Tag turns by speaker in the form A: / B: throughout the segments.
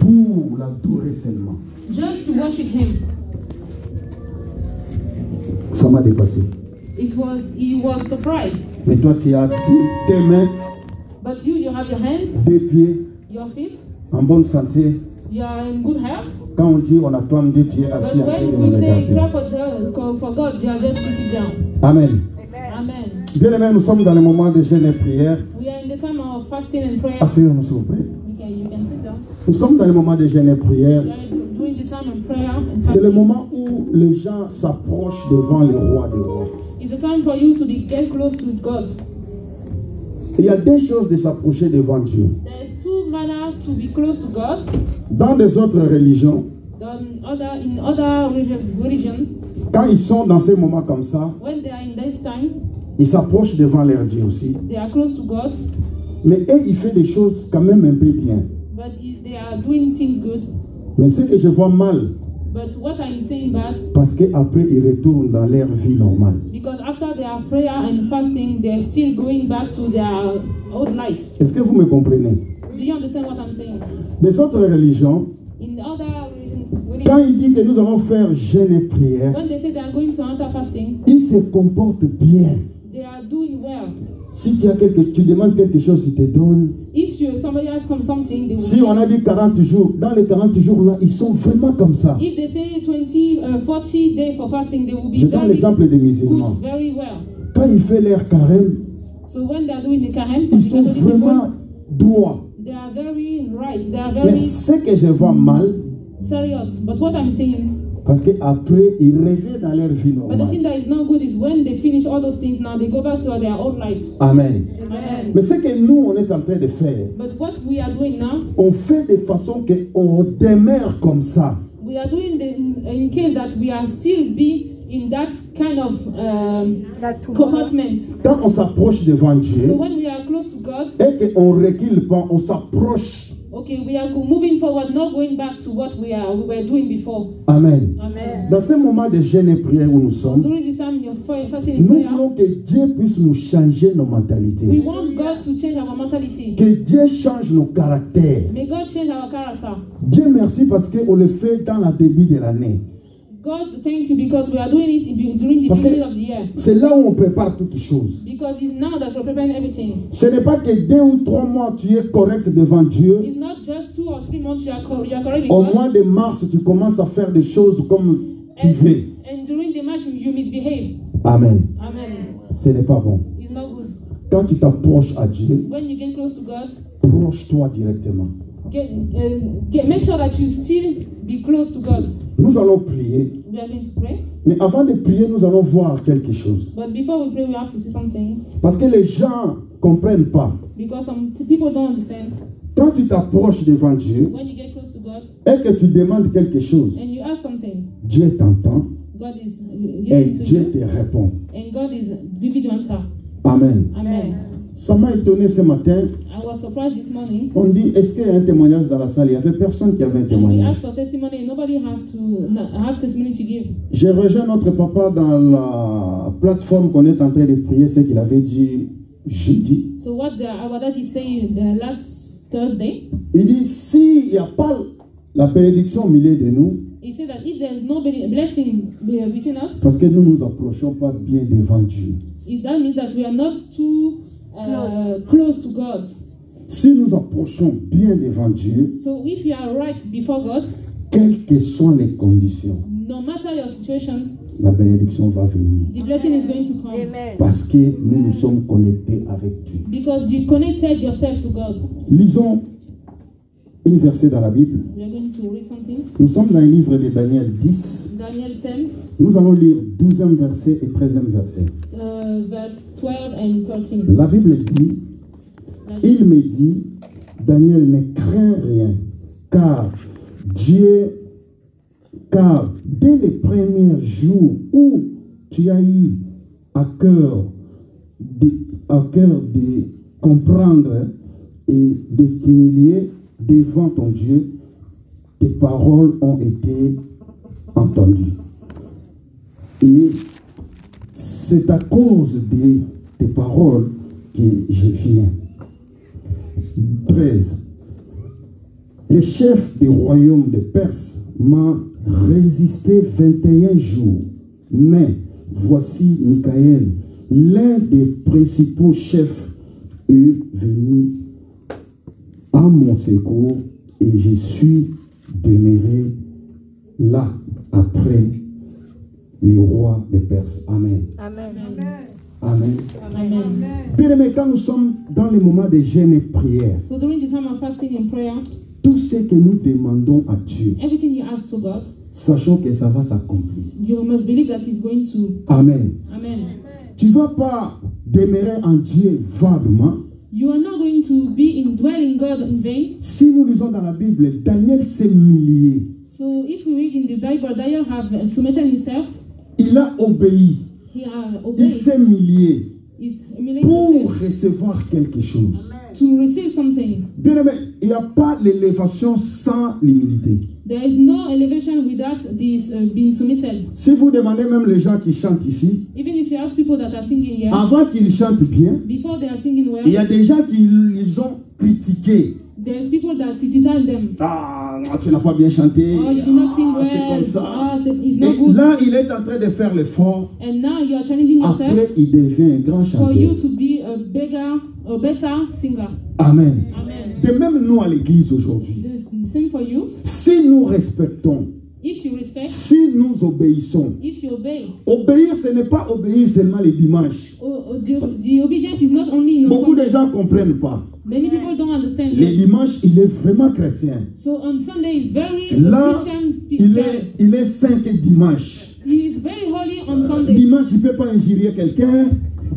A: pour l'adorer seulement.
B: just to worship him.
A: Ça m'a dépassé.
B: It was he was surprised.
A: Mais toi, tu as deux- tes mains,
B: But you, you have your hands,
A: deux pieds,
B: your feet,
A: en bonne santé.
B: you are in good health.
A: Quand on dit on attend Dieu, tu es
B: But
A: assis en train de
B: when we
A: nous
B: say
A: regarder.
B: clap for, God- call for God, you are just sitting down.
A: Amen.
B: Amen.
A: Bien aimés, nous sommes dans le moment de jeûne et prière.
B: We are in the time of fasting and prayer.
A: Asseyez-vous, s'il vous plaît.
B: You can, you can sit down.
A: Nous sommes dans le moment de jeûne et prière.
B: We are doing the time of prayer. And
A: C'est le
B: fasting.
A: moment où les gens s'approchent devant le roi des rois.
B: It's the time for you to be, get close to God.
A: Il y a deux choses de s'approcher devant Dieu.
B: There's two manner to be close to God.
A: Dans les autres religions,
B: Than other in other religion, religion,
A: quand ils sont dans ces moments comme ça,
B: when they are in this time,
A: ils s'approchent devant leur Dieu aussi.
B: they are close to God,
A: Mais eux, ils font des choses quand même un peu bien.
B: but if they are doing things good.
A: Mais ce que je vois mal,
B: But what I'm saying bad
A: parce qu'après, ils retournent dans leur vie normale.
B: because after their prayer and fasting, they're still going back to their old life.
A: Est-ce que vous me comprenez
B: Do you understand what I'm saying?
A: Les autres religions,
B: In the other religions,
A: quand
B: religion,
A: ils disent que nous allons faire jeûne et prière,
B: when they say they are going to enter fasting,
A: ils se comportent bien.
B: they are doing well.
A: Si tu, as quelque, tu demandes quelque chose, ils te donnent.
B: If you somebody asks them something, they will.
A: Si on a dit 40 jours, dans les 40 jours-là, ils sont vraiment comme ça.
B: If they say 20, uh, 40 days for fasting, they will be
A: Je donne
B: very
A: l'exemple des musulmans.
B: good, very well.
A: Quand ils font leur carême,
B: So when they are doing the Kahem, for
A: ils
B: the
A: sont
B: Catholic people,
A: vraiment droits.
B: they are very right, they are
A: Mais
B: very
A: ce que je vois mal,
B: serious. But what I'm saying,
A: parce qu'après, ils reviennent dans leur vie
B: but the
A: normale.
B: thing that is not good is when they finish all those things now, they go back to their old life.
A: Amen.
B: Amen.
A: Mais ce que nous, on est en train de faire,
B: But what we are doing now,
A: on fait de façon qu'on demeure comme ça.
B: we are doing the, in, in case that we are still be in that kind of um, compartment.
A: Quand on s'approche devant
B: So
A: Dieu
B: when we are close to God,
A: et qu'on ne recule pas, on s'approche.
B: okay, we are go- moving forward, not going back to what we are we were doing before.
A: Amen.
B: Amen.
A: Dans ce moment de jeûne et prière où nous sommes,
B: During this time, you're fasting in
A: nous
B: prayer.
A: voulons que Dieu puisse nous changer nos
B: We
A: mentalités.
B: want God to change our mentality.
A: Que Dieu change nos caractères.
B: May God change our character.
A: Dieu merci parce qu'on le fait dans le début de l'année.
B: God, thank you because we are doing it in- during the
A: Parce que-
B: beginning of the year.
A: C'est là où on prépare toutes choses.
B: Because it's now that we're preparing everything.
A: Ce n'est pas que deux ou trois mois tu es correct devant Dieu.
B: It's not just two or three months you are, cor- you are correct
A: Au
B: because
A: mois de mars, tu commences à faire des choses comme tu veux.
B: and, and during the match you misbehave.
A: Amen.
B: Amen.
A: Ce n'est pas bon.
B: It's not good.
A: Quand tu t'approches à Dieu,
B: When you get close to God,
A: proche-toi directement.
B: get, uh, get make sure that you still be close to God.
A: Nous allons prier.
B: We are going to pray.
A: Mais avant de prier, nous allons voir quelque chose.
B: But before we pray, we have to see some things
A: Parce que les gens ne comprennent pas.
B: because some t- people don't understand.
A: Quand tu t'approches devant Dieu
B: When you get close to God
A: et que tu demandes quelque chose,
B: and you ask something,
A: Dieu t'entend
B: God is
A: et
B: listening to
A: Dieu
B: you
A: te répond.
B: and God is giving you answer.
A: Amen.
B: Amen.
A: Ça m'a étonné ce matin.
B: I was surprised this morning.
A: On dit, est-ce qu'il y a un témoignage dans la salle Il n'y avait personne qui avait un
B: And we
A: témoignage.
B: asked for testimony, and nobody have to no- have testimony to give.
A: J'ai rejoint notre papa dans la plateforme qu'on est en train de prier, c'est qu'il avait dit jeudi.
B: So what the, our daddy said the last Thursday,
A: Il dit, s'il n'y a pas la bénédiction au milieu de nous,
B: he said that if there's no be- blessing be- between us,
A: parce que nous ne nous approchons pas bien devant Dieu.
B: it, that means that we are not too uh, close. to God.
A: Si nous approchons bien devant Dieu,
B: So if you are right before God,
A: quelles que soient les conditions,
B: no matter your situation,
A: la bénédiction va venir.
B: the blessing is going to come.
A: Parce que nous nous sommes connectés avec Dieu.
B: Because you connected yourself to God.
A: Lisons une verset dans la Bible.
B: We are going to read something.
A: Nous sommes dans le livre de Daniel 10.
B: Daniel 10,
A: Nous allons lire 12e verset et 13e verset.
B: uh, verse 12 and 13.
A: La Bible dit, il me dit, Daniel ne crains rien, car Dieu, car dès les premiers jours où tu as eu à cœur de, à cœur de comprendre et de simuler devant ton Dieu, tes paroles ont été entendues. Et c'est à cause de tes paroles que je viens. 13. Les chefs du royaume de Perse m'ont résisté 21 jours. Mais voici Michael, l'un des principaux chefs, est venu à mon secours et je suis demeuré là après les rois de Perse. Amen.
C: Amen.
A: Amen.
B: Amen.
A: Bien aimé, quand nous sommes dans le moment de jeûne et prière,
B: So during the time of fasting and prayer,
A: tout ce que nous demandons à Dieu,
B: everything you ask to God,
A: sachons que ça va s'accomplir.
B: you must believe that He's going to.
A: Amen.
B: Amen.
A: Tu vas pas demeurer en Dieu vaguement.
B: You are not going to be indwelling God in vain.
A: Si nous lisons dans la Bible, Daniel s'est humilié.
B: So if we read in the Bible, Daniel have uh, submitted himself.
A: Il a obéi.
B: He uh,
A: Il
B: obeyed.
A: s'est humilié
B: He's humiliated
A: pour
B: himself
A: recevoir quelque chose.
B: to receive something.
A: Bien aimé, il n'y a pas l'élévation sans l'humilité.
B: There is no elevation without this uh, being submitted.
A: Si vous demandez même les gens qui chantent ici,
B: Even if you ask people that are singing here,
A: avant qu'ils chantent bien,
B: before they are singing well,
A: il y a des gens qui les ont critiqués.
B: there's people that criticize them.
A: Ah, tu n'as pas bien chanté.
B: Oh, you did not sing
A: Ah, c'est
B: well.
A: comme ça.
B: Ah, c'est- it's not
A: Et
B: good.
A: là, il est en train de faire l'effort.
B: And now you are challenging yourself
A: Après, il devient un grand
B: for you
A: chanteur.
B: to be a bigger, a better singer.
A: Amen.
B: Amen.
A: De même, nous, à l'église aujourd'hui,
B: This same for you.
A: si nous respectons,
B: If you respect,
A: si nous obéissons,
B: if you obey.
A: obéir, ce n'est pas obéir seulement les dimanches.
B: Oh, oh, the, the obedience is not only in on
A: Beaucoup
B: Sunday.
A: de gens ne comprennent pas.
B: Many people don't understand
A: Les
B: this.
A: dimanches, il est vraiment chrétien.
B: So on Sunday is very
A: Là,
B: Christian. pe-
A: il est, Euh, il est saint et dimanche.
B: He is very holy on Sunday.
A: Dimanche, il ne peut pas injurier quelqu'un.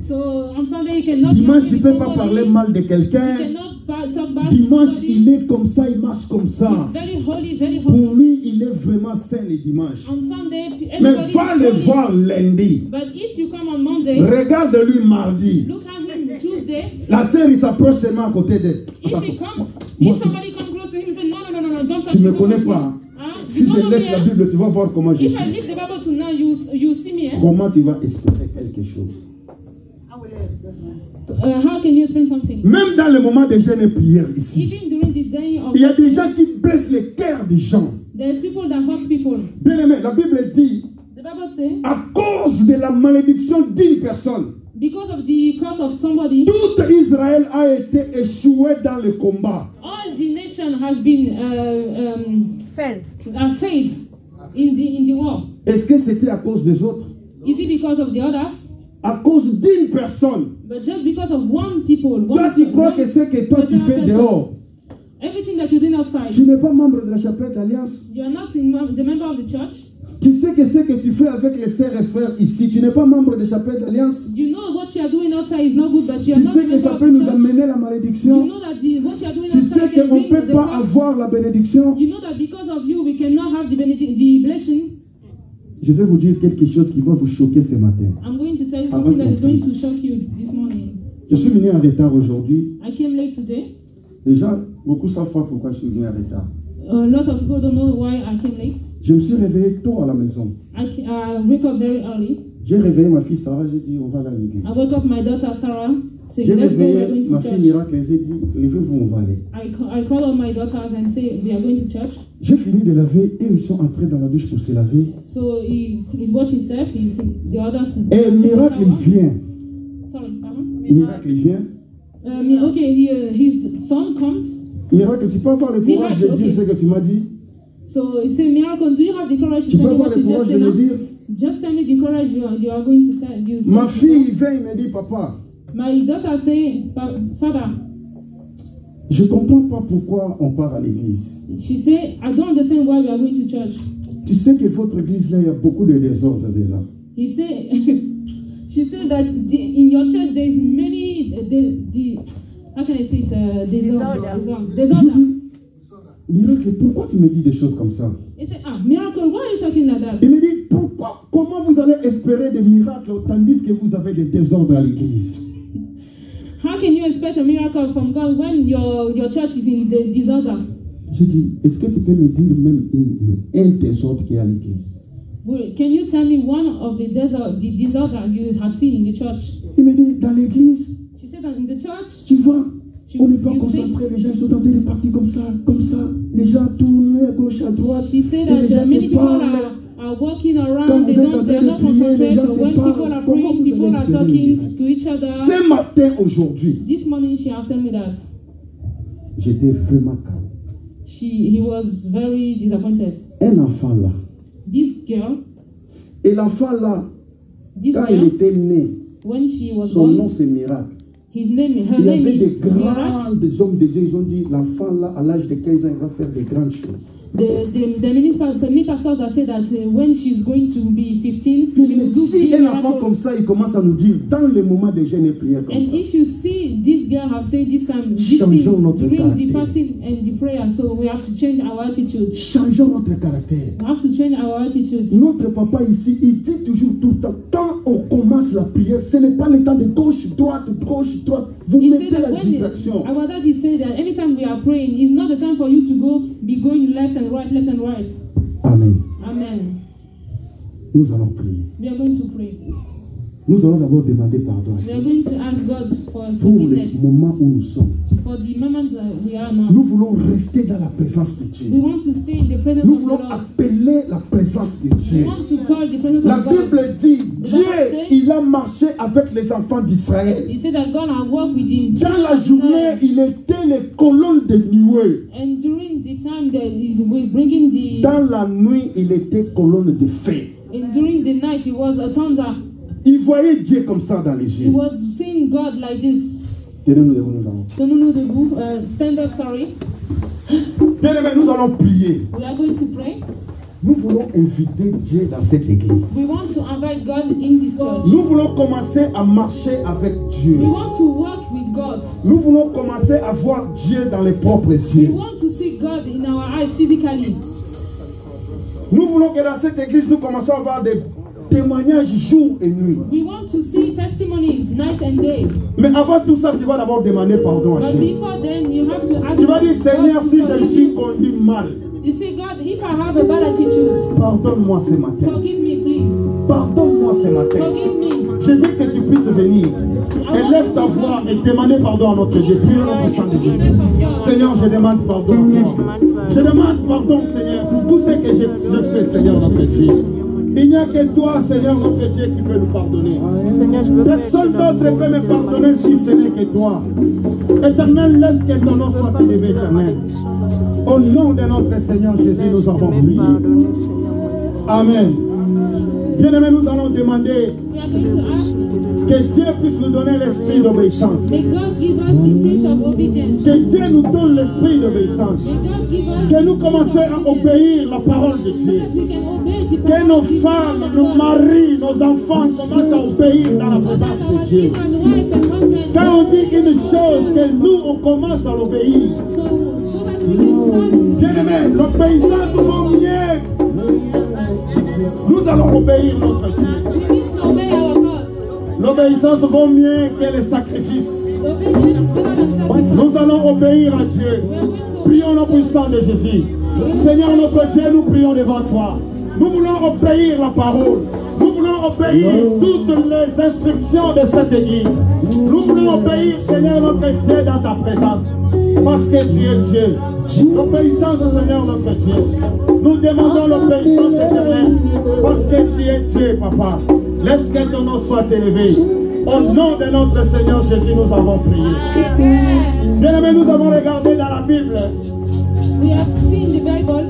B: So on Sunday you cannot.
A: Dimanche, il
B: be
A: ne
B: with
A: peut pas
B: somebody.
A: parler mal de
B: You
A: quelqu'un.
B: cannot pa- talk bad. to
A: Dimanche,
B: somebody.
A: il est comme ça, il marche comme ça.
B: He's very holy, very holy.
A: Pour lui, il est vraiment saint le dimanche.
B: On Sunday, pe-
A: Mais
B: everybody is
A: va le
B: holy.
A: voir lundi.
B: But if you come on Monday,
A: Regarde-lui mardi.
B: look at him Tuesday.
A: La sœur, il s'approche seulement à côté d'elle.
B: If he come,
A: Moi,
B: if somebody come close to him and say no, no, no, no, no, don't touch
A: Tu
B: me,
A: me
B: don't
A: connais
B: touch me."
A: pas. hein?
B: Huh?
A: Si
B: You don't
A: je
B: know
A: laisse
B: me,
A: la
B: eh?
A: Bible, tu vas voir comment je
B: If I
A: suis.
B: leave the Bible to now, you you see me. Eh?
A: Comment tu vas espérer quelque chose.
B: Uh, how can you explain something?
A: Même dans le moment de jeûne et prière ici,
B: Even during the day of
A: il y a des gens qui blessent les cœurs des gens.
B: there's people that hurt people.
A: Bien aimé, la Bible dit,
B: The Bible says
A: à cause de la malédiction d'une personne,
B: because of the cause of somebody,
A: tout Israël a été échoué dans le combat.
B: all the nation has been uh, um,
C: Fail.
B: afraid in the in the war.
A: Est-ce que c'était à cause des autres
B: Is it because of the others?
A: À cause d'une personne.
B: But just because of one people,
A: Toi,
B: one,
A: tu crois que
B: one-
A: c'est que toi tu
B: one
A: fais
B: person.
A: dehors.
B: Everything that you do outside,
A: Tu n'es pas membre de la chapelle d'Alliance.
B: you are not in mem- the member of the church.
A: Tu sais que ce que tu fais avec les sœurs et frères ici, tu n'es pas membre de la chapelle d'Alliance.
B: You know what you are doing outside is not good, but you are
A: Tu
B: not
A: sais
B: a
A: que
B: member
A: ça
B: of
A: peut
B: the
A: nous
B: church.
A: amener la
B: You
A: malédiction.
B: know that the, what you are doing
A: Tu
B: outside
A: sais
B: can
A: qu'on ne
B: bring
A: peut
B: the
A: pas
B: curse.
A: avoir la bénédiction.
B: You know that because of you, we cannot have the benedict, the blessing.
A: Je vais vous dire quelque chose qui va vous choquer ce matin.
B: I'm going to tell you
A: Ah,
B: something that
A: bon.
B: is going to shock you this morning.
A: Je suis venu en retard aujourd'hui.
B: I came late today.
A: Les gens, beaucoup savent pas pourquoi je suis venu en retard.
B: A lot of people don't know why I came late.
A: Je me suis réveillé tôt à la maison.
B: I, ca- I wake up very early.
A: J'ai réveillé ma fille Sarah, j'ai dit on va aller à l'église.
B: I woke up my daughter Sarah
A: J'ai
B: saying, "Let's go. We're
A: réveillé
B: going
A: ma
B: to
A: fille
B: church."
A: Miracle, j'ai dit levez-vous, on va aller.
B: I call, I call all my daughters and say, "We are going to church."
A: J'ai fini de laver et ils sont entrés dans la douche pour se laver.
B: So he, he washed himself. He, the others.
A: Et Eh, Miracle, il vient.
B: Sorry, uh-huh. pardon.
A: Miracle, il vient.
B: Uh, mi- okay, he, uh, his son comes.
A: Miracle, tu peux avoir le courage de
B: Miracle,
A: dire
B: ok.
A: ce que tu m'as dit.
B: So he said, "Miracle, do you have the courage
A: Tu
B: to
A: peux
B: tell me
A: avoir
B: what
A: le
B: you just
A: courage de
B: said
A: me
B: now?"
A: dire.
B: Just tell me the courage you are, you are going to tell you.
A: Ma
B: said.
A: fille vient et me dit papa,
B: My daughter say, "Pa- Father,
A: je comprends pas pourquoi on part à l'église.
B: she say, I don't understand why we are going to church.
A: Tu sais que votre église là, il y a beaucoup de désordre dedans.
B: He say, she said that the, in your church there is many uh, the, the how can I say it? Uh, disorder. Disorder.
A: J'ai
B: disorder.
A: dit, Miracle, pourquoi tu me dis des choses comme ça
B: He said, Ah, miracle, why are you talking like that?
A: Il me dit, pourquoi, comment vous allez espérer des miracles tandis que vous avez des désordres à l'église
B: How can you expect a miracle from God when your your church is in the disorder?
A: J'ai dit, est-ce que tu peux me dire même une- un désordre qui est à l'église
B: Wait, Can you tell me one of the desert the disorder you have seen in the church?
A: Il me dit, dans l'église,
B: She said that in the church
A: tu vois,
B: Tu-
A: on n'est pas
B: you
A: concentré, les gens sont dans des parties comme ça, comme ça. les gens tournent à gauche, à droite,
B: She said
A: et les
B: that
A: gens
B: uh, many
A: se
B: people
A: parlent.
B: are, are walking
A: Quand
B: around,
A: vous
B: they
A: êtes en
B: don't,
A: train
B: they're
A: de
B: not
A: prier, les
B: concentrated.
A: gens
B: When
A: se
B: people
A: parlent.
B: are
A: Comment vous
B: praying,
A: allez
B: people are
A: espérer le
B: talking
A: miracle
B: to each other.
A: Ce matin, aujourd'hui,
B: This morning she asked me that
A: j'étais vraiment calme.
B: she he was very disappointed.
A: Un enfant là.
B: This girl,
A: Et l'enfant là,
B: this
A: quand il
B: girl,
A: était né,
B: when she was
A: son nom
B: born,
A: c'est miracle.
B: his name, her
A: Il y
B: name
A: avait des
B: is Miraj.
A: grands hommes de Dieu, ils ont dit, l'enfant là, à l'âge de 15 ans, il va faire des grandes choses.
B: The, the, the many, pa- many pastors that say that uh, when she's going to be 15, she
A: Puis
B: will do
A: si
B: big
A: un enfant comme
B: miracles.
A: ça, il commence à nous dire, dans les moments de jeûne et prière comme
B: And
A: ça,
B: if you see this girl have said this time, this thing,
A: Changeons notre
B: during the
A: caractère.
B: fasting and the prayer, so we have to change our attitude.
A: changeons notre caractère.
B: We have to change our attitude.
A: Notre papa ici, il dit toujours tout le temps, quand on commence la prière, ce n'est pas le temps de gauche, droite, gauche, droite. Vous
B: He
A: mettez
B: said that
A: la
B: when
A: distraction.
B: the, our daddy said that anytime we are praying, it's not the time for you to go be going left and right, left and right.
A: Amen.
B: Amen.
A: Nous allons prier.
B: We are going to pray.
A: Nous allons d'abord demander pardon à
B: We are
A: Dieu
B: going to ask God for
A: pour le
B: forgiveness
A: moment où nous sommes.
B: for the moment that we are now.
A: Nous voulons rester dans la présence de
B: We
A: Dieu.
B: want to stay in the presence
A: Nous
B: of the
A: voulons
B: Lord.
A: appeler la présence de
B: We
A: Dieu.
B: want to call the presence
A: La
B: of God.
A: Bible dit,
B: Bible
A: Dieu,
B: say-
A: il a marché avec les enfants d'Israël.
B: He said that God has walked with him.
A: Dans la journée, il était les colonnes de nuée.
B: And during the time that he was bringing the,
A: Dans la nuit, il était colonne de feu.
B: and during the night, he was a thunder.
A: Il voyait Dieu comme ça dans les
B: He
A: yeux.
B: was seeing God like this.
A: Bien-aimés, nous allons- nous allons-
B: Don't know uh, stand up, sorry.
A: Bien-aimés, nous allons prier.
B: We are going to pray.
A: Nous voulons inviter Dieu dans cette église.
B: We want to invite God in this church.
A: Nous voulons commencer à marcher avec Dieu.
B: We want to walk with God.
A: Nous voulons commencer à voir Dieu dans les propres
B: We
A: yeux.
B: want to see God in our eyes physically.
A: Nous voulons que dans cette église, nous commençons à avoir des témoignages jour et nuit.
B: We want to see testimony night and day.
A: Mais avant tout ça, tu vas d'abord demander pardon à
B: But
A: Dieu.
B: before then, you have to ask
A: Tu vas dire, Seigneur,
B: God
A: si
B: to
A: je me
B: forgive
A: suis
B: you.
A: conduit mal,
B: You see, God, if I have a bad attitude,
A: pardonne-moi ce matin.
B: forgive me, please.
A: Pardonne-moi ce matin.
B: Forgive me.
A: Je veux que tu puisses venir. Élève ta voix et demander pardon à notre Dieu. Prions le Saint de Dieu. Seigneur, je demande pardon à toi. Je demande pardon, Seigneur, pour tout ce que j'ai j'ai fait, Seigneur, notre Dieu. Il n'y a que toi, Seigneur, notre Dieu, qui peut nous pardonner.
C: Seigneur, je veux
A: Personne d'autre peut me pardonner si ce n'est que toi. Éternel, laisse que ton nom soit élevé, éternel. Au nom de notre Seigneur Jésus, nous avons prié. Amen. Bien-aimés, nous allons demander
B: We are going to ask,
A: que Dieu puisse nous donner l'esprit d'obéissance.
B: may God give us the spirit of obedience.
A: Que Dieu nous donne l'esprit d'obéissance.
B: May God give us
A: Que
B: the
A: nous commençons
B: spirit of
A: à
B: obedience.
A: obéir la parole de
B: so
A: Dieu.
B: that we can obey the
A: Que nos
B: command- the
A: femmes,
B: command
A: nos
B: of God.
A: maris, nos enfants commencent à obéir dans la
B: So that
A: présence de
B: our
A: Dieu.
B: children, wives and husbands,
A: Quand on dit une chose, que nous, on commence à l'obéir.
B: so, so that we can stand.
A: Bien-aimés, l'obéissance première. Nous allons obéir notre Dieu.
B: We need to obey our God.
A: L'obéissance vaut mieux que les sacrifices.
B: Obedience is better than sacrifice.
A: Nous allons obéir à Dieu.
B: We are going to
A: Prions le puissant de Jésus. Seigneur notre Dieu, nous prions devant toi. Nous voulons obéir la parole. Nous voulons obéir toutes les instructions de cette église. Nous voulons obéir, Seigneur notre Dieu, dans ta présence. Parce que tu es Dieu. L'obéissance, Seigneur notre Dieu. Nous demandons l'obéissance éternelle. Parce que tu es Dieu, Papa. Laisse que ton nom soit élevé. Au nom de notre Seigneur Jésus, nous avons prié. Bien-aimés, nous avons regardé dans la Bible.
B: We have seen the Bible.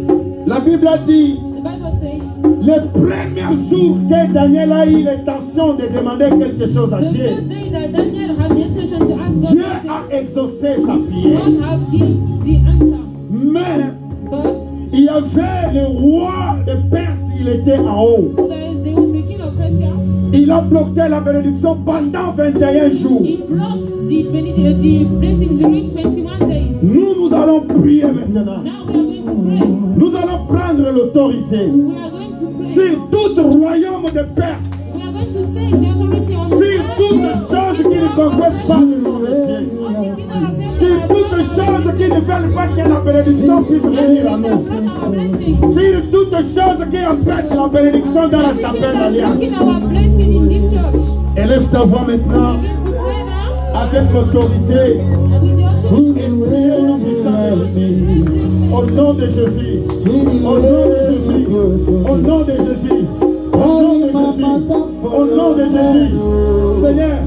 A: La Bible a dit,
B: The Bible says,
A: le premier jour que Daniel a eu l'intention de demander quelque chose à
B: the
A: Dieu,
B: first day that Daniel had the intention to ask God,
A: Dieu
B: to
A: a
B: say,
A: exaucé sa prière.
B: God have given the answer.
A: Mais
B: But
A: il y avait le roi de Perse, il était en haut.
B: so there, is- there was the king of Persia.
A: Il a bloqué la bénédiction pendant 21 jours.
B: He blocked the, benedi- the blessing during 21 days.
A: Nous, nous allons prier maintenant.
B: Now we are going to pray.
A: Nous allons prendre l'autorité
B: We are going to pray.
A: sur tout royaume de Perse,
B: We are going to say the authority on the
A: sur toutes choses qui ne confessent pas le nom de Dieu. Sur toutes choses qui ne veulent pas que la bénédiction puisse venir à nous. Sur toutes choses qui empêchent la bénédiction dans la chapelle d'Alliance. Élève ta voix maintenant avec l'autorité. Sous les prières du Saint-Esprit, Au nom de Jésus. Au nom de Jésus. Au nom de Jésus. Au nom de Jésus. Au nom de Jésus. Seigneur.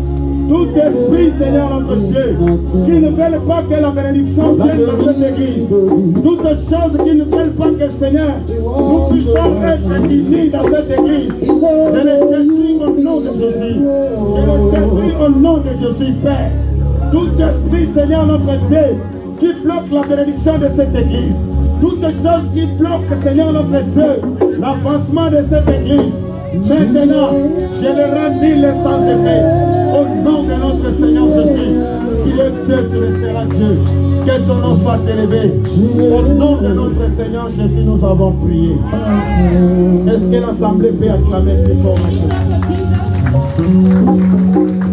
A: Tout esprit, Seigneur, notre Dieu, qui ne veulent pas que la bénédiction vienne dans cette église. Toutes choses qui ne veulent pas que, Seigneur, nous puissions être unis dans cette église. Je les détruis au nom de Jésus. Je les détruis au nom de Jésus, Père. Tout esprit, Seigneur, notre Dieu, qui bloque la bénédiction de cette église. Toutes choses qui bloquent, Seigneur, notre Dieu, l'avancement de cette église. Maintenant, je le rendis les sans effet. Au nom de notre Seigneur Jésus, tu es Dieu, tu resteras Dieu. Que ton nom soit élevé. Au nom de notre Seigneur Jésus, nous avons prié. Est-ce que l'Assemblée peut acclamer plus fort maintenant?